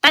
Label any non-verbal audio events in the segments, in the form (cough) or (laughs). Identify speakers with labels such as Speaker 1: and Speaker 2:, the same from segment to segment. Speaker 1: 大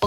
Speaker 1: 我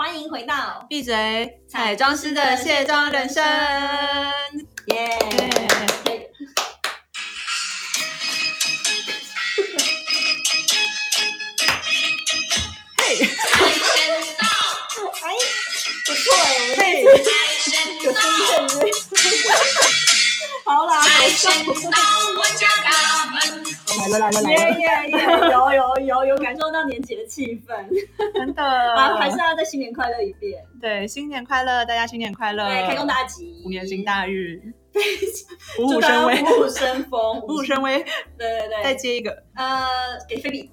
Speaker 1: 欢迎回到
Speaker 2: 闭嘴！
Speaker 1: 彩妆师的卸妆人生，耶、
Speaker 3: 哎
Speaker 2: 嘿，有声音对
Speaker 3: (laughs)
Speaker 2: 好啦，来了来了
Speaker 3: 耶
Speaker 2: 来了，
Speaker 3: 耶耶！有有有有感受到年节的气氛，
Speaker 2: 真
Speaker 3: 啊，还是
Speaker 2: 的。
Speaker 3: 要再新年快乐一遍。
Speaker 2: 对，新年快乐，大家新年快乐！
Speaker 3: 对，开工大吉，
Speaker 2: 呃虎年行大运，虎
Speaker 3: 祝
Speaker 2: 虎
Speaker 3: 大
Speaker 2: 生
Speaker 3: 家
Speaker 2: 威，
Speaker 3: 虎虎生风，
Speaker 2: (laughs) 虎虎生威，
Speaker 3: 对对
Speaker 2: 再
Speaker 3: 对，
Speaker 2: 接一个。
Speaker 3: 呃，给菲比。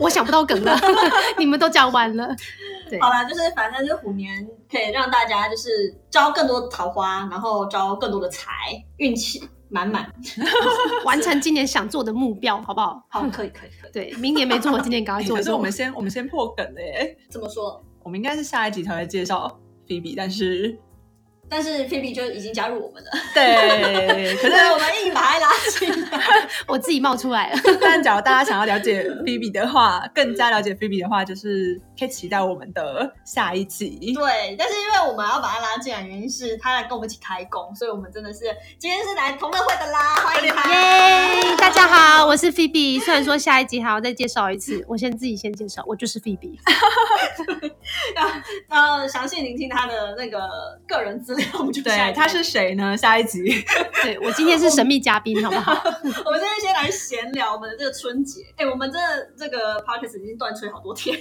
Speaker 4: 我想不到梗了， (laughs) 你们都讲完了。对
Speaker 3: 好啦，就是反正就是虎年可以让大家就是招更多桃花，然后招更多的财，运气满满。
Speaker 4: 完成今年想做的目标，好不好？
Speaker 3: 好，可以可以可以。
Speaker 4: 对，明年没做，哎我今年赶快做
Speaker 2: 哎可
Speaker 4: 一
Speaker 2: 是 (laughs)
Speaker 4: 做。
Speaker 2: 我们先我们先破梗了耶，
Speaker 3: 这么说，
Speaker 2: 我们应该是下一集才会介绍菲比，但是
Speaker 3: 但是菲比就已经加入我们了，
Speaker 2: 对，可
Speaker 3: 对，
Speaker 2: 是
Speaker 3: 我们硬把他拉进来。 (laughs)
Speaker 4: 我自己冒
Speaker 2: (laughs)
Speaker 4: 出来了。
Speaker 2: 但假如大家想要了解菲比的话，更加了解菲比的话，就是可以期待我们的下一集。
Speaker 3: 对，但是因为我们要把他拉进来，原因是他来跟我们一起开工，所以我们真的是今天是来同乐会的啦，欢迎他。
Speaker 4: 耶！大
Speaker 3: (laughs)
Speaker 4: 家好，我是菲比。虽然说下一集还要再介绍一次，我先自己先介绍，我就是菲比。
Speaker 3: 呃，详细聆听他的那个个人资料，我们就不下
Speaker 2: 对，
Speaker 3: 一
Speaker 2: 他
Speaker 3: 集
Speaker 2: 是谁呢？下一集
Speaker 4: 对我今天是神秘嘉宾，好不
Speaker 2: (laughs)
Speaker 4: 好？
Speaker 3: (laughs) 我们今天先来闲聊我们的这个春节。哎、我们这这个 podcast 已经断吹好多天，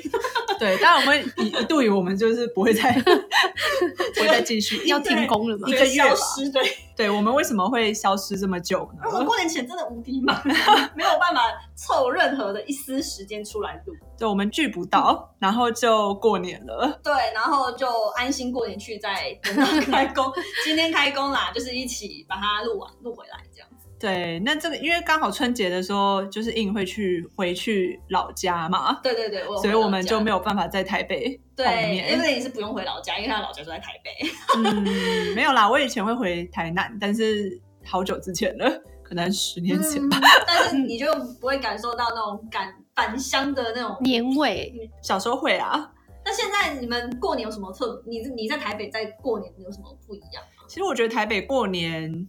Speaker 2: 对，当然我们一一度以为我们就是不会 (laughs) 再不会再继续，
Speaker 4: 要停工了吗
Speaker 2: 一？个月吧嗯
Speaker 3: 消失。对，
Speaker 2: 对我们为什么会消失这么久
Speaker 3: 我们
Speaker 2: 呢？
Speaker 3: 过年前真的无敌忙， (laughs) 没有办法凑任何的一丝时间出来录。
Speaker 2: 就我们聚不到，然后就过年了。
Speaker 3: 对，然后就安心过年去，再
Speaker 2: (laughs)
Speaker 3: 等到开工。今天开工啦，就是一起把它录完录回来这样。
Speaker 2: 对，那这个因为刚好春节的时候，就是硬会去回去老家嘛，
Speaker 3: 对对对，我
Speaker 2: 所以我们就没
Speaker 3: 有
Speaker 2: 有办法在台
Speaker 3: (laughs)
Speaker 2: 北
Speaker 3: 回
Speaker 2: 碰
Speaker 3: 老家对，因
Speaker 2: 面。
Speaker 3: 为你是不用回老家，因为他老家就在台北。
Speaker 2: 嗯，没有啦，我以前会回台南，但是好久之前了，可能十年前。
Speaker 3: 嗯， (laughs) 但是你就不会感受到那种感返乡的那种。
Speaker 4: 年尾
Speaker 2: 小时候会啊，
Speaker 3: 那现在你们过年有什么特？你你在台北在过年有什么不一样？
Speaker 2: 其实我觉得台北过年，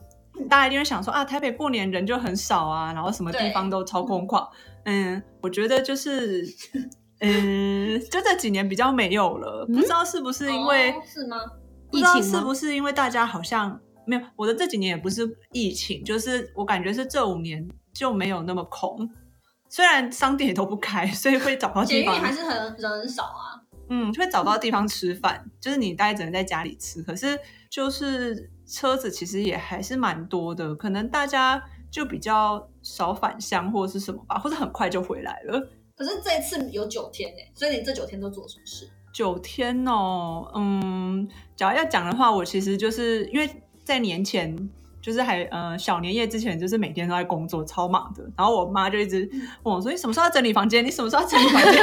Speaker 2: 大家一定会想说啊，台北过年人就很少啊，然后什么地方都超空旷。嗯，我觉得就是，嗯，就这几年比较没有了，
Speaker 4: 嗯
Speaker 2: 不知道是不是因为、
Speaker 3: 哦是吗？
Speaker 2: 不
Speaker 4: 疫
Speaker 2: 知道
Speaker 4: 情
Speaker 2: 是
Speaker 4: 吗？
Speaker 2: 不是因为大家好像没有我的这几年也不是疫情，就是我感觉是这五年就没有那么空。虽然商店也都不开， (laughs) 所以会找不到
Speaker 3: 捷
Speaker 2: 哦地
Speaker 3: 运
Speaker 2: 方，
Speaker 3: 还是很人很少啊。
Speaker 2: 嗯，会找不到地方吃饭，就是你大概只能在家里吃。可是就是车子其实也还是蛮多的，可能大家就比较少返乡或者是什么吧，或者很快就回来了。
Speaker 3: 可是这次有九天呢、所以你这九天都做什么
Speaker 2: (laughs)
Speaker 3: 事？
Speaker 2: 九天哦，嗯，假如要讲的话，我其实就是因为在年前，就是还呃小年夜之前，就是每天都在工作，超忙的。然后我妈就一直
Speaker 3: 嗯
Speaker 2: 问我说：“你什么时候要整理房间？你什么时候要整理房间？”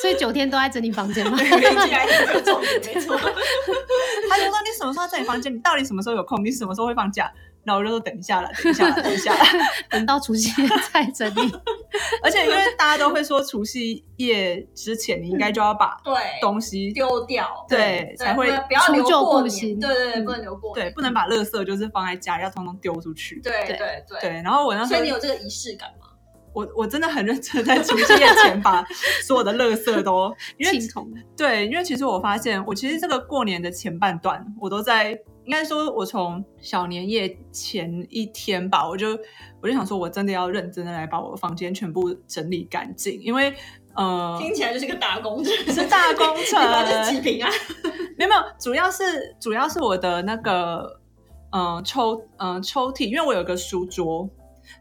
Speaker 4: 所以九天都在整理房
Speaker 3: (laughs)
Speaker 4: 间吗？
Speaker 3: 听起来是这种，没错。
Speaker 2: 他就说你什么时候在你房间？你到底什么时候有空？你什么时候会放假？然后我就说等一下啦，等一下啦，等一下啦。
Speaker 4: 等到除夕再整理。
Speaker 2: 而且因为大家都会说除夕夜之前你应该就要把
Speaker 3: 对，
Speaker 2: 东西
Speaker 3: 丢掉，
Speaker 2: 对才会
Speaker 3: 不要留
Speaker 4: 除旧
Speaker 3: 过
Speaker 4: 布
Speaker 3: 年，
Speaker 4: 新
Speaker 3: 对对对，
Speaker 4: 嗯
Speaker 3: 不能留过
Speaker 2: 对
Speaker 3: 年，
Speaker 2: 不能把垃圾就是放在家，要通通丢出去。
Speaker 3: 对
Speaker 4: 对
Speaker 3: 对对
Speaker 2: 对，然后我那时
Speaker 3: 所以你
Speaker 2: 候
Speaker 3: 有这个仪式感吗？
Speaker 2: 我我真的很认真，在除夕夜前把所有的垃圾都， (laughs) 因为
Speaker 4: 青铜
Speaker 2: 对，因为其实我发现我其实这个过年的前半段，我都在应该说，我从小年夜前一天吧，我就我就想说，我真的要认真的来把我的房间全部整理干净，因为
Speaker 3: (laughs)
Speaker 2: 呃，
Speaker 3: 听起来就是个打工人，
Speaker 2: (laughs) 是大工程
Speaker 3: 你把这几瓶啊，
Speaker 2: 没有没有，主要是主要是我的那个嗯、呃抽嗯、呃抽屉，因为我有一个书桌，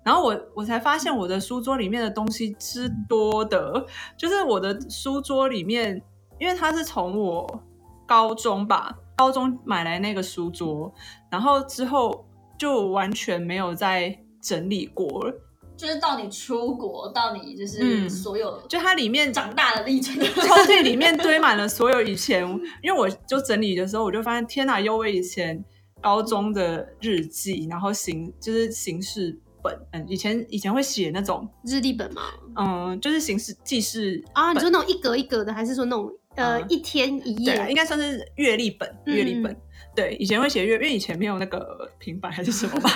Speaker 2: 然后我我才发现我的书桌里面的东西之多的，就是我的书桌里面，因为它是从我高中吧，高中买来那个书桌，然后之后就完全没有再整理过了，
Speaker 3: 就是到你出国，到你就
Speaker 2: 嗯
Speaker 3: 是所有
Speaker 2: 就它里面
Speaker 3: 长大的历程，
Speaker 2: (laughs) 抽屉里面堆满了所有以前，因为我就整理的时候，我就发现天哪，又为以前高中的日记，然后行就是行事本，嗯，以前以前会写那种，
Speaker 4: 日历本嘛。
Speaker 2: 嗯，就是行事记事
Speaker 4: 啊，你说那种一格一格的，还是说那种呃
Speaker 2: 嗯
Speaker 4: 一天一
Speaker 2: 对啊，
Speaker 4: 夜？
Speaker 2: 应该算是月历本，
Speaker 4: 嗯
Speaker 2: 月历本。对，以前会写月，因为以前没有那个平板还是什么吧，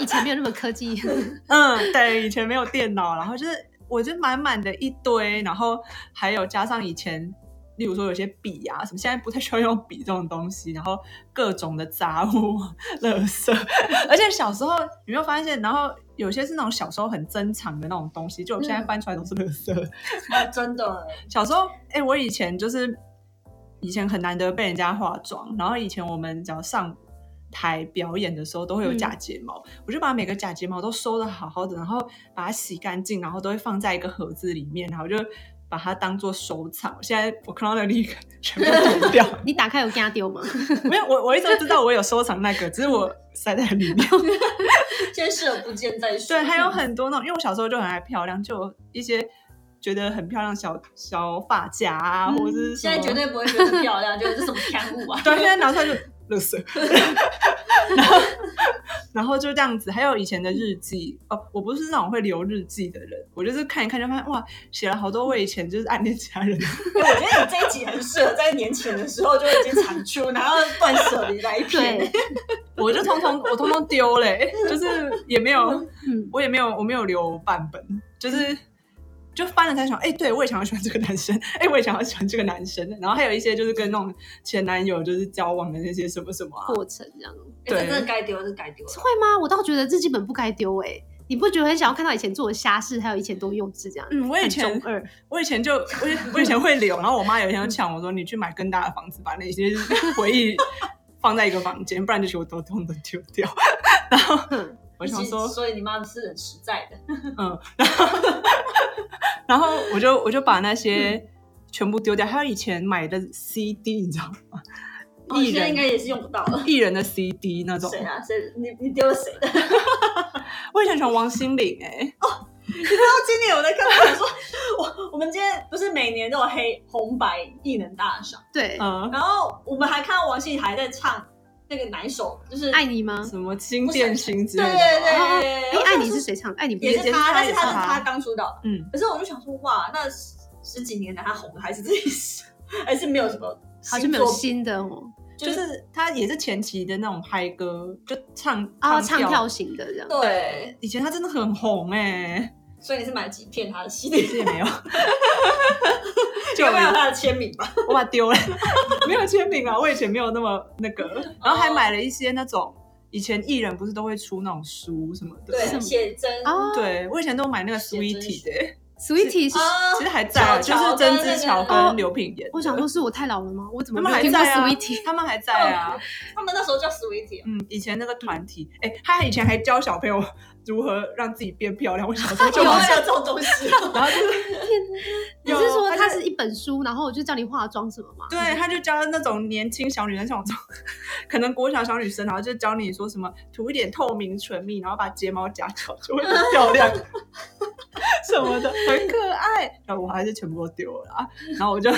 Speaker 4: 以前没有那么科 (laughs) 技，
Speaker 2: 嗯，对，以前没有电脑，然后就是我就满满的一堆，然后还有加上以前，例如说有些笔啊什么，现在不太需要用笔这种东西，然后各种的杂物、垃圾，而且小时候有没有发现，然后有些是那种小时候很珍藏的那种东西，就我现在翻出来都是垃圾。
Speaker 3: 真的
Speaker 2: 小时候，哎、我以前就是以前很难得被人家化妆，然后以前我们只要上台表演的时候都会有假睫毛，我就把每个假睫毛都收的好好的，然后把它洗干净，然后都会放在一个盒子里面，然后就把它当做收藏。我现在我看到那立刻全部丢掉，
Speaker 4: 你打开有给他丢吗？
Speaker 2: (laughs) 没有我我一直都知道我有收藏那个，只是我塞在里面。
Speaker 3: 先视而不见再说。
Speaker 2: (laughs) 对，还有很多那种，因为我小时候就很爱漂亮，就有一些觉得很漂亮小小发夹啊，或者是什
Speaker 3: 现
Speaker 2: 么
Speaker 3: 在绝对不会觉得很漂亮，觉得这什么刊物 (laughs) 啊？
Speaker 2: 对，现在拿出来就垃圾。然后，然后就这样子。还有以前的日记哦，我不是那种会留日记的人，我就是看一看就发现哇，写了好多我以前就是暗恋其他人的。
Speaker 3: 我觉得你这一集很适合在年前的时候就已经产出，然后断舍离来一篇。
Speaker 4: (laughs) 对，
Speaker 2: 我就通通我通通丢嘞、就是也没有，
Speaker 4: 嗯，
Speaker 2: 我也没有，我没有留半本，就是。就翻了才想，哎、对我也想要喜欢这个男生，哎、我也想要喜欢这个男生。然后还有一些就是跟那种前男友就是交往的那些什么什么啊，
Speaker 4: 过程这样
Speaker 3: 欸这
Speaker 2: 对
Speaker 3: 真的该丢，这该丢。
Speaker 4: 会吗？我倒觉得日记本不该丢哎，你不觉得很想要看到以前做的瞎事，还有以前多幼稚这样？
Speaker 2: 嗯，我以
Speaker 4: 很
Speaker 2: 前
Speaker 4: 中二，
Speaker 2: 我以前就我以我以前会留，然后我妈有一天就呛我说：“你去买更大的房子，把那些回忆放在一个房间，不然就全部都通通丢掉。”然后
Speaker 4: 嗯
Speaker 2: 我想说，
Speaker 3: 所以你妈是很实在的，
Speaker 2: 嗯，然后然后我就我就把那些全部丢掉，还有以前买的 CD，你知道吗？
Speaker 3: 哦
Speaker 2: 艺
Speaker 3: 现在应
Speaker 2: 人
Speaker 3: 该也是用不到了。
Speaker 2: 艺人的 CD 那种，
Speaker 3: 谁啊？谁？你你丢了谁的？ (laughs)
Speaker 2: 我以前喜欢王心凌哎、欸
Speaker 3: 你知道今年我在看，我想说我我们今天不是每年都有黑红白艺能大赏，
Speaker 4: 对，
Speaker 2: 嗯，
Speaker 3: 然后我们还看到王心凌还在唱那个哪一首，就是
Speaker 4: 爱你吗？
Speaker 2: 什么经典型之
Speaker 3: 对
Speaker 2: 类
Speaker 3: 嗯对
Speaker 2: 的，
Speaker 4: 哦
Speaker 3: 对，
Speaker 4: 哎，爱你是谁唱？爱你不
Speaker 3: 也
Speaker 4: 是
Speaker 3: 是他，但是他是
Speaker 2: 也是他
Speaker 3: 他刚出道，
Speaker 2: 嗯，
Speaker 3: 可是我就想说哇，那十十几年来他红的还是这一首，还是没有什么
Speaker 4: 好
Speaker 3: 新作，
Speaker 4: 像没有新的哦，
Speaker 2: 就是他也是前期的那种嗨歌，就唱
Speaker 3: 哦
Speaker 4: 啊，唱跳型的这样。
Speaker 3: 对，
Speaker 2: 以前他真的很红哎、
Speaker 3: 所以你是买几片他的系列？
Speaker 2: 这也
Speaker 3: (laughs)
Speaker 2: 没有，就
Speaker 3: 要不要他的签名吧？
Speaker 2: 我把丢了， (laughs) 没有签名啊，我以前没有那么那个，然后还买了一些那种以前艺人不是都会出那种书什么的，
Speaker 3: 对，写真
Speaker 4: 啊
Speaker 2: 对我以前都买那个
Speaker 3: 写真书
Speaker 2: Sweetie 的、欸
Speaker 4: Sweetie 是，
Speaker 3: 啊
Speaker 2: 其实还在啊，就
Speaker 3: 小乔
Speaker 2: 是曾之乔
Speaker 3: 跟那个
Speaker 2: 跟刘品言的，
Speaker 4: 我想说是我太老了吗？我怎
Speaker 2: 他
Speaker 4: 么
Speaker 2: 们
Speaker 4: 没有
Speaker 2: 还
Speaker 4: 听过
Speaker 2: 在啊
Speaker 4: Sweetie？，
Speaker 2: 他们还在啊，
Speaker 3: 他们那时候叫 Sweetie，啊
Speaker 2: 嗯，以前那个团体，哎、他以前还教小朋友如何让自己变漂亮，我小时候就
Speaker 3: 有啊
Speaker 2: 玩
Speaker 3: 还有这种东西啊，
Speaker 2: 然后就是
Speaker 4: 你
Speaker 2: 有
Speaker 4: 是说
Speaker 2: 他
Speaker 4: 它
Speaker 2: 就是
Speaker 4: 一本书，然后我就叫你化妆什么吗？
Speaker 2: 对，他就教那种年轻小女生，像我这种可能国小小女生，然后就教你说什么涂一点透明唇蜜，然后把睫毛夹翘就会很漂 (laughs) 亮什么的，很可爱。然后我还是全部都丢了啊，然后 (laughs) 我就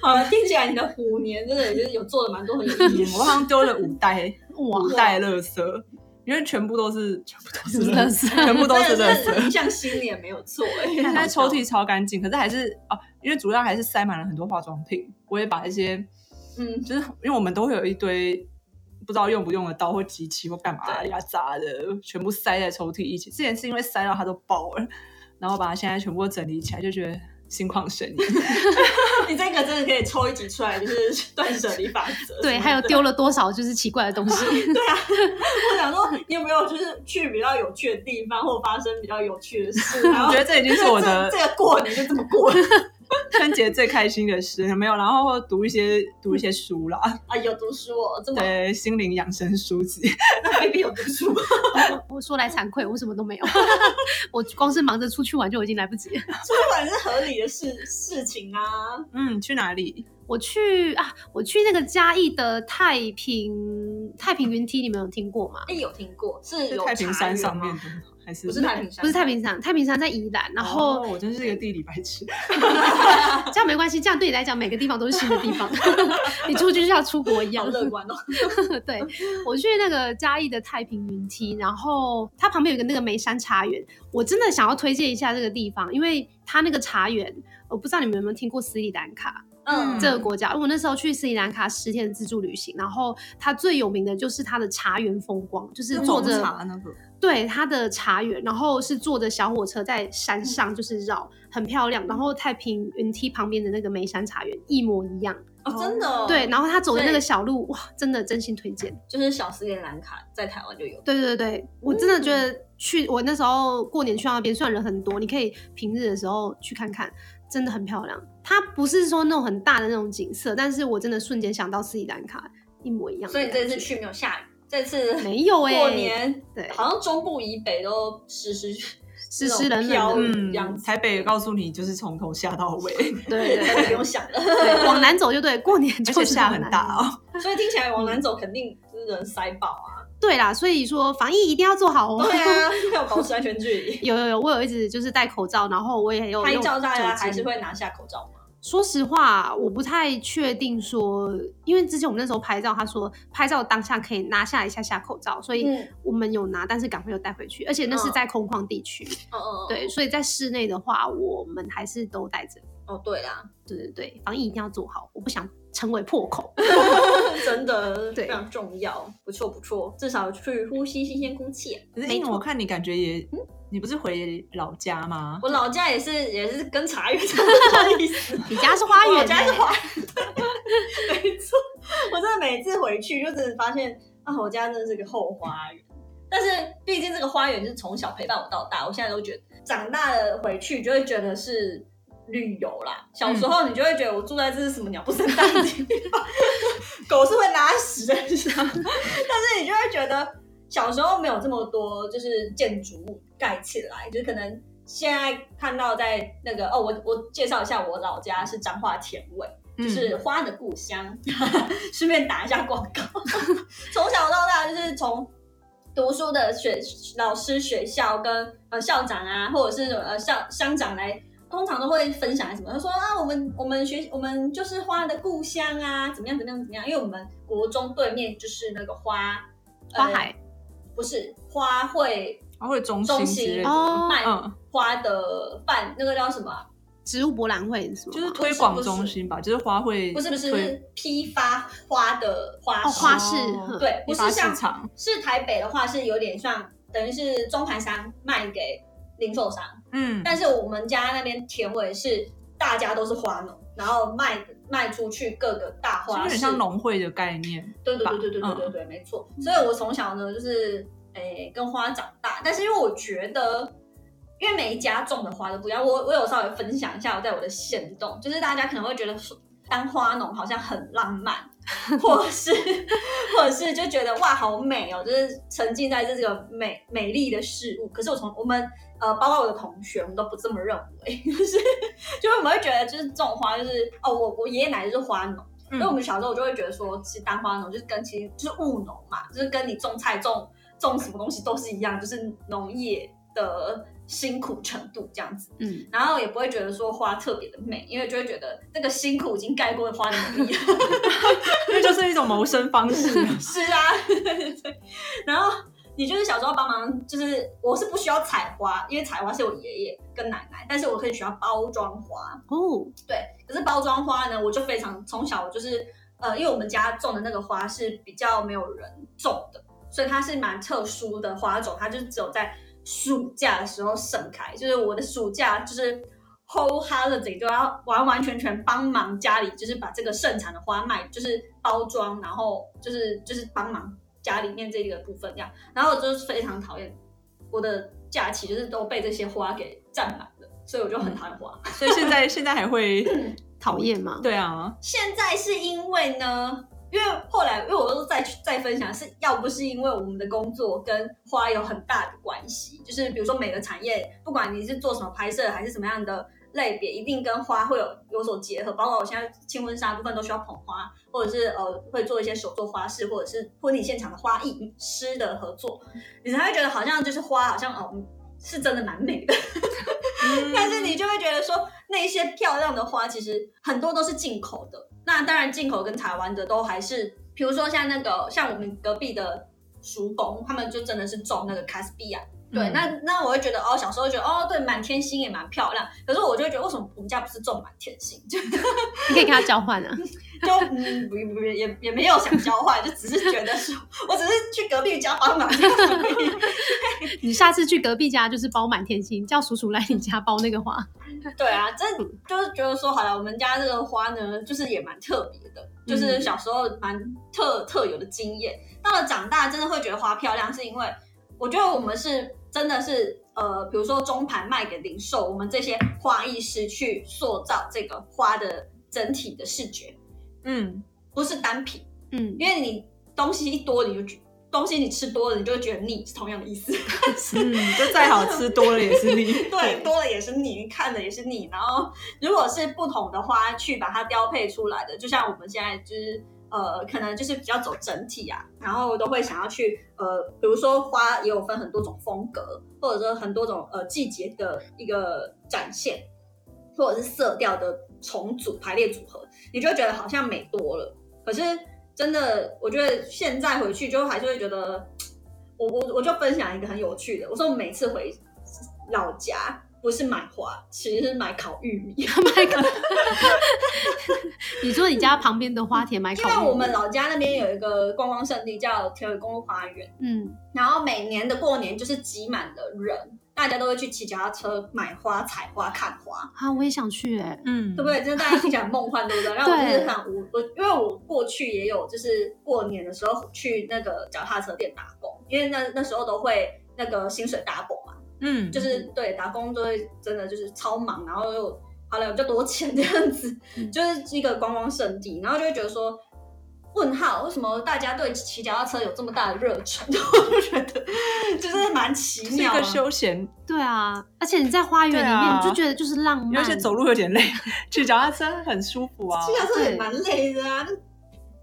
Speaker 3: 好了，听起来你的虎年真的也是有做了蛮多很有
Speaker 2: (laughs)
Speaker 3: 意义的
Speaker 2: 我好像丢了五袋
Speaker 4: 哇，
Speaker 2: 五袋垃圾，因为全部都是全部都是垃圾，
Speaker 4: 色
Speaker 2: 全部都是
Speaker 3: 真
Speaker 2: 垃
Speaker 3: 的
Speaker 2: 圾。
Speaker 3: 是像新年没有错哎、
Speaker 2: 你看它抽屉超干净，可是还是哦，因为主要还是塞满了很多化妆品。我也把一些
Speaker 3: 嗯，
Speaker 2: 就是因为我们都会有一堆不知道用不用得到或机器或干嘛呀杂的，全部塞在抽屉一起。之前是因为塞到它都爆了，然后把它现在全部整理起来，就觉得心旷神怡。
Speaker 3: 你这个真的可以抽一集出来，就是断舍离法则。
Speaker 4: 对，啊还有丢了多少就是奇怪的东西。
Speaker 3: 我想说，你有没有就是去比较有
Speaker 2: (laughs)
Speaker 3: 趣的地方，或发生比较有趣的事？然
Speaker 2: 我
Speaker 3: 后 (laughs)
Speaker 2: 觉得这已经是我的 (laughs)
Speaker 3: 这这个过年就这么过，
Speaker 2: 春节最开心的事没有，然后读一些读一些书啦，
Speaker 3: 啊，有读书哦，这么
Speaker 2: 对，心灵养生书籍。
Speaker 3: 那 baby 有读
Speaker 2: (laughs)
Speaker 3: 书吗？
Speaker 4: 我说来惭愧，我什么都没有， (laughs) 我光是忙着出去玩就已经来不及了。
Speaker 3: 出版是合理的事事情啊。
Speaker 2: 嗯，去哪里？
Speaker 4: 我去啊，我去那个嘉义的太平太平云梯，你们有听过吗？
Speaker 3: 哎，有听过是
Speaker 2: 在
Speaker 3: 有
Speaker 2: 太平
Speaker 3: 茶
Speaker 2: 山
Speaker 3: 园
Speaker 2: 上面
Speaker 3: 吗
Speaker 2: 的吗，还是
Speaker 3: 不是太平山，
Speaker 4: 不是太平山，太平山在宜兰，然后
Speaker 2: 哦我真是一个地理白痴。
Speaker 4: 这样没关系，这样对你来讲每个地方都是新的地方， (laughs) 你出去就像出国一
Speaker 3: 好
Speaker 4: 样。
Speaker 3: 乐观哦。
Speaker 4: (laughs) 对，我去那个嘉义的太平云梯，然后它旁边有一个那个梅山茶园，我真的想要推荐一下这个地方，因为它那个茶园，我不知道你们有没有听过斯里兰卡
Speaker 3: 嗯，
Speaker 4: 这个国家。我那时候去斯里兰卡十天的自助旅行，然后它最有名的就是它的茶园风光，就是坐
Speaker 2: 红
Speaker 4: 着哦
Speaker 2: 茶那个，
Speaker 4: 对，它的茶园，然后是坐着小火车在
Speaker 3: 嗯
Speaker 4: 山上，就是绕，很漂亮。然后太平云梯旁边的那个梅山茶园一模一样，
Speaker 3: 哦，真的哦
Speaker 4: 对。然后他走的那
Speaker 3: 所以
Speaker 4: 个小路，哇，真的真心推荐。
Speaker 3: 就是小斯里兰卡在台湾就有，
Speaker 4: 对对对，我真的觉
Speaker 3: 嗯
Speaker 4: 得去、我那时候过年去到那边，虽然人很多，你可以平日的时候去看看，真的很漂亮。它不是说那种很大的那种景色，但是我真的瞬间想到斯里兰卡一模一样的
Speaker 3: 所以
Speaker 4: 感
Speaker 3: 你这
Speaker 4: 觉。
Speaker 3: 次去没有下雨，这次
Speaker 4: 没有哎、
Speaker 3: 过年
Speaker 4: 对
Speaker 3: 好像中部以北都湿湿
Speaker 4: 湿湿冷冷的
Speaker 3: 那种飘雨这样
Speaker 2: 嗯，
Speaker 3: 子，
Speaker 2: 台北告诉你就是从头下到尾，
Speaker 4: 对对
Speaker 3: 台 (laughs) 北不
Speaker 4: 对
Speaker 3: 用想了。
Speaker 4: 对，往南走就对，过年
Speaker 2: 而
Speaker 4: 就
Speaker 2: 且
Speaker 4: 是
Speaker 2: 下
Speaker 4: 往
Speaker 2: 很
Speaker 4: 南
Speaker 2: 大哦。
Speaker 3: (laughs) 所以听起来往南走肯定就是人塞爆啊。
Speaker 4: 对啦，所以说防疫一定要做好哦。
Speaker 3: 对啊，要保持安全距 (laughs) 离。
Speaker 4: (laughs) 有有有，我有一直就是戴口罩，然后我也有
Speaker 3: 拍
Speaker 4: 用
Speaker 3: 照大家
Speaker 4: 酒精
Speaker 3: 还是。会拿下口罩吗？
Speaker 4: 说实话，我不太确定说，因为之前我们那时候拍照，他说拍照当下可以拿下一下下口罩，所以
Speaker 3: 嗯
Speaker 4: 我们有拿，但是赶快又带回去，而且那是
Speaker 3: 嗯
Speaker 4: 在空旷地区，
Speaker 3: 嗯嗯，嗯
Speaker 4: (laughs) 对，所以在室内的话，我们还是都戴着。
Speaker 3: 哦对啦，
Speaker 4: 对对对，防疫一定要做好，我不想成为破口。
Speaker 3: (laughs) 真的
Speaker 4: 对
Speaker 3: 非常重要。不错不错，至少去呼吸新鲜空气。啊
Speaker 2: 可是因为我看你感觉也，
Speaker 3: 嗯
Speaker 2: 你不是回老家吗？
Speaker 3: 我老家也是也是跟茶园差不多意思，
Speaker 4: (laughs) 你家是花园、欸，
Speaker 3: 我家是花 (laughs) 园，没错。我真的每次回去就真的发现啊，我家真的是个后花园。但是毕竟这个花园是从小陪伴我到大，我现在都觉得长大了回去就会觉得是旅游啦。小时候你就会觉得我住在这是什么鸟不生蛋的地方，狗是会拉屎的地方，但是你就会觉得小时候没有这么多就是建筑物盖起来，就是可能现在看到在那个哦，我我介绍一下，我老家是彰化田尾，就
Speaker 2: 嗯
Speaker 3: 是花的故乡， (laughs) 顺便打一下广告。 (laughs) 从小到大就是从读书的学老师、学校跟呃校长啊，或者是呃校乡长来。通常都会分享什么？他说啊，我们我们学我们就是花的故乡啊，怎么样怎么样怎么样？因为我们国中对面就是那个花呃
Speaker 4: 花海
Speaker 3: 不是花卉
Speaker 2: 啊会中
Speaker 3: 中
Speaker 2: 心之
Speaker 3: 心
Speaker 2: 类的，
Speaker 4: 哦
Speaker 3: 卖
Speaker 2: 嗯
Speaker 3: 花的饭，那个叫什么啊？
Speaker 4: 植物博览会是吗？
Speaker 2: 就是推广中心吧，就是花卉，
Speaker 3: 不是不是，
Speaker 2: 推
Speaker 3: 是批发花的花
Speaker 4: 哦花
Speaker 3: 市
Speaker 4: 市，
Speaker 2: 哦
Speaker 4: 哼
Speaker 3: 对，不
Speaker 2: 批
Speaker 3: 是
Speaker 2: 发市
Speaker 3: 像
Speaker 2: 场，
Speaker 3: 是台北的话是有点像，等于是中盘商卖给零售商，
Speaker 2: 嗯，
Speaker 3: 但是我们家那边田尾是大家都是花农，然后卖卖出去各个大
Speaker 2: 是不是
Speaker 3: 花
Speaker 2: 有点
Speaker 3: 市，
Speaker 2: 像农会的概念，
Speaker 3: 对对对对对对对对，没错。所以我从小呢，就是诶、跟花长大，但是因为我觉得，因为每一家种的花都不一样，我我有稍微分享一下我在我的县动，就是大家可能会觉得说当花农好像很浪漫，或是或者是就觉得哇好美哦，就是沉浸在这个美美丽的事物。可是我从我们呃，包括我的同学，我们都不这么认为，就是就是我们会觉得就是种花就是哦，我我爷爷奶奶就是花农。
Speaker 2: 嗯
Speaker 3: 所以我们小时候我就会觉得说，其实当花农就是跟其实就是务农嘛，就是跟你种菜种种什么东西都是一样，就是农业的辛苦程度这样子。
Speaker 4: 嗯，
Speaker 3: 然后也不会觉得说花特别的美，因为就会觉得那个辛苦已经盖过花的努力了。 (laughs)
Speaker 2: 因为就是一种谋生方式。
Speaker 3: 是啊， (laughs) 对。然后你就是小时候帮忙，就是我是不需要采花，因为采花是我爷爷跟奶奶，但是我可以学要包装花。
Speaker 4: 哦，
Speaker 3: 对，可是包装花呢，我就非常从小我就是呃，因为我们家种的那个花是比较没有人种的，所以它是蛮特殊的花种，它就只有在暑假的时候盛开。就是我的暑假就是 whole holiday 就要完完全全帮忙家里，就是把这个盛产的花卖，就是包装，然后就是就是帮忙家里面这个部分这样。然后我就是非常讨厌我的假期，就是都被这些花给占满了。所以我就很贪滑。
Speaker 2: (laughs) 所以现在现在还会
Speaker 4: 讨厌吗？
Speaker 2: 对啊，
Speaker 3: 现在是因为呢，因为后来因为我都再去再分享，是要不是因为我们的工作跟花有很大的关系，就是比如说每个产业，不管你是做什么拍摄还是什么样的类别，一定跟花会有有所结合。包括我现在轻婚纱部分都需要捧花，或者是呃会做一些手做花饰，或者是婚礼现场的花艺师的合作，你才会觉得好像就是花好像哦。嗯是真的蛮美的，但是你就会觉得说，那些漂亮的花其实很多都是进口的。那当然，进口跟台湾的都还是，比如说像那个像我们隔壁的叔公，他们就真的是种那个卡斯比亚。对，
Speaker 2: 嗯
Speaker 3: 那那我会觉得哦，小时候觉得哦，对，满天星也蛮漂亮。可是我就会觉得，为什么我们家不是种满天星？就
Speaker 4: 你可以跟他交换啊。 (laughs)
Speaker 3: 就嗯，不不不，也也没有想交换，就只是觉得说，我只是去隔壁家帮忙而已。
Speaker 4: 你下次去隔壁家就是包满天星，叫叔叔来你家包那个花。
Speaker 3: 对啊，这就是觉得说，好了，我们家这个花呢，就是也蛮特别的，就是小时候蛮特特有的经验。到了长大，真的会觉得花漂亮，是因为我觉得我们是真的是呃，比如说中盘卖给零售，我们这些花艺师去塑造这个花的整体的视觉，
Speaker 2: 嗯，
Speaker 3: 不是单品，
Speaker 4: 嗯，
Speaker 3: 因为你东西一多，你就觉东西你吃多了，你就会觉得腻，是同样的意思。 (laughs)
Speaker 2: 嗯，就再好吃多了也是腻。
Speaker 3: 对，多了也是你，看了也是你。然后如果是不同的花去把它雕配出来的，就像我们现在就是呃，可能就是比较走整体啊，然后都会想要去呃，比如说花也有分很多种风格，或者说很多种呃季节的一个展现，或者是色调的重组排列组合，你就会觉得好像美多了。可是真的，我觉得现在回去就还是会觉得，我我我就分享一个很有趣的，我说我每次回老家不是买花，其实是买 (laughs) 烤玉米，因
Speaker 4: 你说你家旁边的花田买烤，
Speaker 3: 为我们老家那边有一个观光胜地叫铁尾公路花园。
Speaker 4: 嗯，
Speaker 3: 然后每年的过年就是挤满了人，大家都会去骑脚踏车买花、采花、看花，
Speaker 4: 啊，我也想去哎、
Speaker 2: 嗯，
Speaker 3: 对不？对？真的大家听起来很梦幻，对不对？然后我就是想，我我因为我过去也有就是过年的时候去那个脚踏车店打工，因为那那时候都会那个薪水 double 嘛，
Speaker 2: 嗯，
Speaker 3: 就是对打工都会真的就是超忙，然后又好了有比较多钱这样子，(laughs)
Speaker 2: 嗯
Speaker 3: 就是一个观光圣地，然后就会觉得说。问号，为什么大家对骑脚踏车有这么大的热忱？ (laughs) 我就觉得就是蛮奇
Speaker 2: 是一
Speaker 3: 妙、啊。
Speaker 2: 个休闲，
Speaker 4: 对啊，而且你在花园里面、
Speaker 2: 对啊
Speaker 4: 你就觉得就是浪
Speaker 2: 而
Speaker 4: 漫，
Speaker 2: 且走路有点累，骑脚踏车很舒服
Speaker 4: 哦
Speaker 2: 啊。
Speaker 3: 骑脚踏车也蛮累的啊，就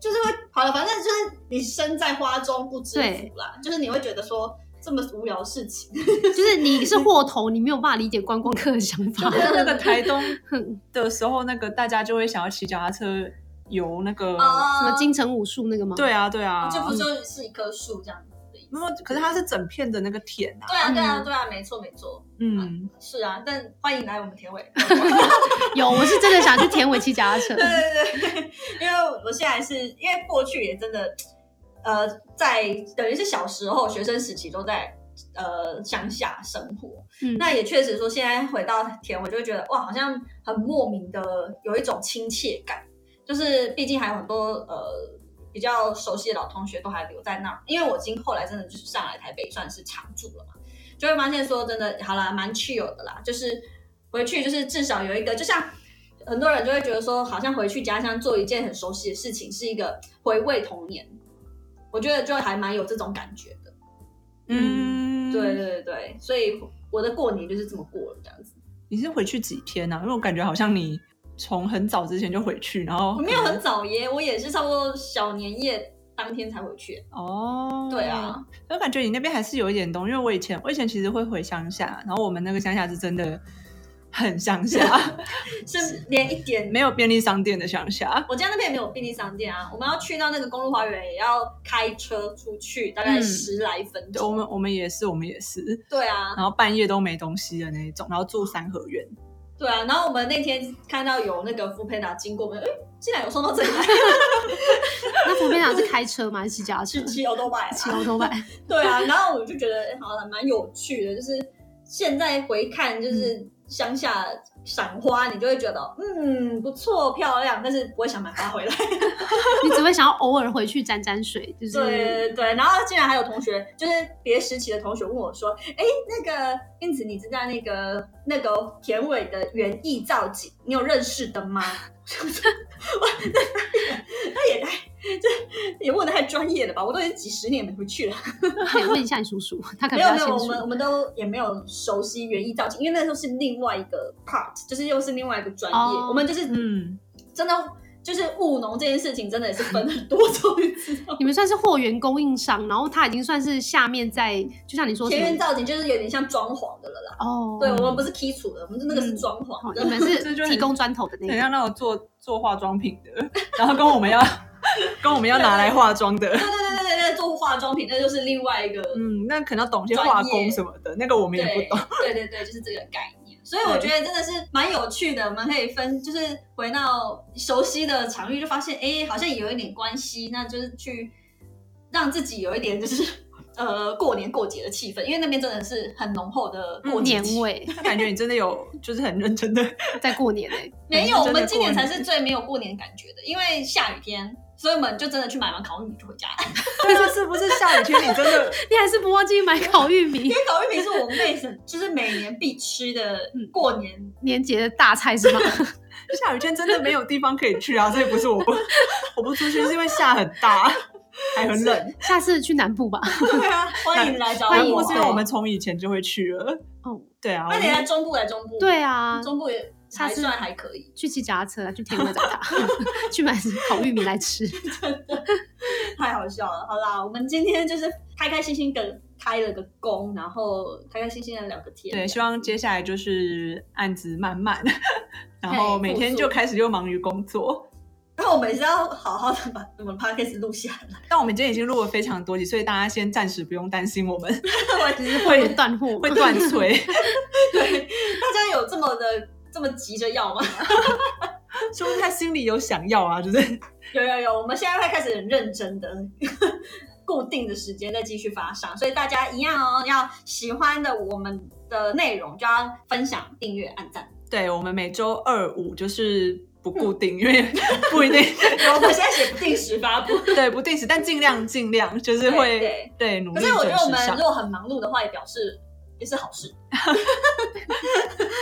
Speaker 3: 就是会好了，反正就是你身在花中不知
Speaker 4: 对
Speaker 3: 福啦，就是你会觉得说这么无聊的事情，
Speaker 4: 就是你是货头，你没有办法理解观光客的想
Speaker 3: (laughs)
Speaker 4: 法。
Speaker 3: 啊
Speaker 2: 像 (laughs) 那个台东
Speaker 4: 哼
Speaker 2: 的时候，那个大家就会想要骑脚踏车游那个，
Speaker 4: 什么
Speaker 3: 啊，
Speaker 4: 京城武术那个吗？，
Speaker 2: 对啊对啊，
Speaker 3: 哦就不就是一棵树这样子的意思。
Speaker 2: 没有，可是它是整片的那个田
Speaker 4: 嗯
Speaker 2: 啊，
Speaker 3: 对啊，对啊，对啊，没错，没错，
Speaker 2: 嗯，
Speaker 3: 是啊，但欢迎来我们田
Speaker 4: (laughs)
Speaker 3: 尾。
Speaker 4: 有，我是真的想去田尾骑脚踏车。
Speaker 3: 对对 (laughs) 对，因为我现在是因为过去也真的，呃，在等于是小时候学生时期都在呃乡下生活，
Speaker 4: 嗯，
Speaker 3: 那也确实说现在回到田，我就会觉得哇，好像很莫名的有一种亲切感，就是毕竟还有很多呃。比较熟悉的老同学都还留在那儿，因为我今后来真的就是上来台北算是常住了嘛，就会发现说真的，好啦，蛮 chill 的啦，就是回去就是至少有一个，就像很多人就会觉得说，好像回去家乡做一件很熟悉的事情，是一个回味童年。我觉得就还蛮有这种感觉的。
Speaker 2: 嗯，
Speaker 3: 对。对对，所以我的过年就是这么过了，这样子。
Speaker 2: 你是回去几天呢、啊？因为我感觉好像你从很早之前就回去，然后
Speaker 3: 我没有很早耶，我也是差不多小年夜当天才回去。
Speaker 2: 哦，
Speaker 3: 对啊，
Speaker 2: 我感觉你那边还是有一点东，因为我以前我以前其实会回乡下，然后我们那个乡下是真的很乡下，
Speaker 3: (laughs) 是连一点。
Speaker 2: 没有便利商店的乡下。
Speaker 3: 我家那边也没有便利商店啊，我们要去到那个公路花园，也要开车出去，大概
Speaker 2: 嗯
Speaker 3: 十来分
Speaker 2: 对，我
Speaker 3: 钟。
Speaker 2: 们我们也是，我们也是，
Speaker 3: 对啊，
Speaker 2: 然后半夜都没东西的那一种，然后住三合院，
Speaker 3: 对啊。然后我们那天看到有那个福培达经过，我们哎，竟然有送到这里来，
Speaker 4: 那福边长啊是开车吗？还是骑脚踏车
Speaker 3: 是？骑欧 (laughs) 多拜啊。
Speaker 4: 骑欧洲吧。
Speaker 3: (laughs) 对啊，然后我就觉得、哎好了，蛮有趣的，就是现在回看，就是乡下赏花，你就会觉得嗯不错漂亮，但是不会想买花回来。
Speaker 4: 你只会想要偶尔回去沾沾水，就是
Speaker 3: 对对，然后竟然还有同学，就是别时期的同学问我说：“哎，那个英子，你知道那个那个田尾的园艺造景，你有认识的吗？” (laughs) 我 (laughs) 那也太，这也问的太专业了吧？我都已经几十年没回去了。
Speaker 4: 可以问一下你叔叔， (laughs) 他可
Speaker 3: 没
Speaker 4: 能
Speaker 3: 有
Speaker 4: 比
Speaker 3: 没
Speaker 4: 较
Speaker 3: 有，我
Speaker 4: 清
Speaker 3: 们我
Speaker 4: 楚。
Speaker 3: 们都也没有熟悉园艺造景，因为那时候是另外一个 part，就是又是另外一个专业。
Speaker 4: 哦
Speaker 3: 我们就是
Speaker 2: 嗯，
Speaker 3: 真的就是务农这件事情，真的也是分很
Speaker 4: (laughs)
Speaker 3: 多种。
Speaker 4: 你们算是货源供应商，然后他已经算是下面在，就像你说什
Speaker 3: 田园
Speaker 4: 么
Speaker 3: 造景就是有点像装潢的了啦。
Speaker 4: 哦，
Speaker 3: 对，我们不是基础的，我们是那个是装
Speaker 4: 哦
Speaker 3: 潢
Speaker 4: 你
Speaker 3: 的。
Speaker 4: 们
Speaker 2: 这
Speaker 4: 是
Speaker 2: 就很
Speaker 4: 提供砖头的那
Speaker 2: 很
Speaker 4: 个
Speaker 2: 像那种做 (laughs) 做化妆品的，然后跟我们要跟我们要拿来化妆的。
Speaker 3: 对
Speaker 4: 嗯
Speaker 3: 对对对对，做化妆品那就是另外一个，
Speaker 2: (laughs) 嗯，那可能要懂些化工什么的，那个我们也不
Speaker 3: 对
Speaker 2: 懂。
Speaker 3: 对对对，就是这个概念。所以我觉得真的是蛮有趣的，我们可以分，就是回到熟悉的场域，就发现哎，好像也有一点关系，那就是去让自己有一点就是呃过年过节的气氛，因为那边真的是很浓厚的
Speaker 2: 嗯
Speaker 3: 过节
Speaker 4: 嗯年
Speaker 3: 气氛
Speaker 4: 味，
Speaker 2: 他 (laughs) 感觉你真的有，就是很认 (laughs) 真的。
Speaker 4: 在过年哎，
Speaker 3: 没有，
Speaker 2: 嗯
Speaker 3: 我
Speaker 2: 真的
Speaker 3: 们今年
Speaker 2: 过
Speaker 3: 才
Speaker 2: 年
Speaker 3: 是最没有过年感觉的，因为下雨天，所以我们就真的去买完烤玉米就回家。 (laughs)
Speaker 2: 对啊，是不是下雨天你真的
Speaker 4: (laughs) 你还是不忘记买烤玉米
Speaker 3: 因为烤玉米是我妹
Speaker 2: (laughs)
Speaker 3: 是就是每年必吃的
Speaker 2: 嗯
Speaker 3: 过年，
Speaker 4: (laughs) 年节的大菜是吗？ (laughs)
Speaker 2: 下雨天真的没有地方可以去啊？所以不是我不 (laughs) 我不出去，是因为下很大，还很冷。
Speaker 4: 下次去南部吧。
Speaker 3: 对啊，欢迎来找
Speaker 4: 欢
Speaker 2: 南
Speaker 4: 迎
Speaker 2: 部
Speaker 3: 我
Speaker 2: 是。因为我们从以前就会去了。
Speaker 4: 哦，
Speaker 2: 对啊，我
Speaker 3: 那你来
Speaker 2: 们
Speaker 3: 中部来中部，
Speaker 4: 对啊，
Speaker 3: 中部也
Speaker 4: 下
Speaker 3: 还
Speaker 4: 次
Speaker 3: 算还可以， (laughs)
Speaker 4: 去骑脚踏车啊，去田味找他， (laughs) 去买烤玉米来吃。
Speaker 3: 太好笑了。好啦，我们今天就是开开心心的开了个工，然后开开心心的聊个天。
Speaker 2: 对，希望接下来就是案子满满，然后每天就开始又忙于工作。
Speaker 3: 然后我们是要好好的把我们 podcast 录下来， (laughs)
Speaker 2: 但我们今天已经录了非常多集，所以大家先暂时不用担心我们
Speaker 3: (laughs)
Speaker 4: 就是会断货，
Speaker 2: 会断炊，
Speaker 3: 对，大家有这么的这么急着要吗？ (laughs)
Speaker 2: 说不定他心里有想要啊，就是
Speaker 3: 有有有，我们现在会开始很认真的。 (laughs) 固定的时间再继续发上，所以大家一样哦，要喜欢的我们的内容就要分享、订阅、按
Speaker 2: (laughs)
Speaker 3: 赞。
Speaker 2: 对我们每周二五就是不固
Speaker 3: 嗯
Speaker 2: 定，
Speaker 3: (laughs)
Speaker 2: 因为不一定
Speaker 3: 我们现在写不定时发
Speaker 2: (laughs)
Speaker 3: 布，
Speaker 2: 对不定时，但尽量尽量就是
Speaker 3: 对
Speaker 2: 会
Speaker 3: 对
Speaker 2: 努
Speaker 3: 可
Speaker 2: 力
Speaker 3: 是我觉
Speaker 2: 准
Speaker 3: 得我
Speaker 2: 时
Speaker 3: 们
Speaker 2: 上
Speaker 3: 如。果很忙碌的话，也表示也是好事。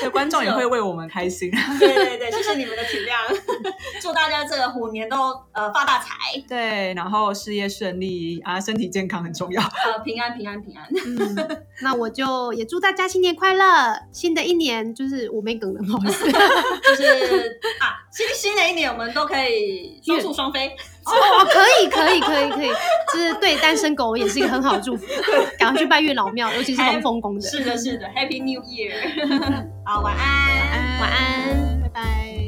Speaker 2: 对，观众也会为我们开心。
Speaker 3: (laughs) 对对对，谢谢你们的体谅， (laughs) 祝大家这个虎年都呃发大财，
Speaker 2: 对，然后事业顺利啊，身体健康很重要。
Speaker 3: 呃平安平安平安。
Speaker 4: 嗯，那我就也祝大家新年快乐！新的一年就是我没梗了，不好意思。
Speaker 3: (laughs) 就是啊，新新的一年我们都可以双宿双飞。
Speaker 4: (laughs) 哦，可以，可以，可以，可以，就是对单身狗也是一个很好的祝 (laughs) 福。赶快去拜月老庙，尤其是龙凤宫
Speaker 3: (laughs)
Speaker 4: 的。
Speaker 3: 是的，是的，Happy New Year！好，晚安。
Speaker 4: 晚安，拜拜。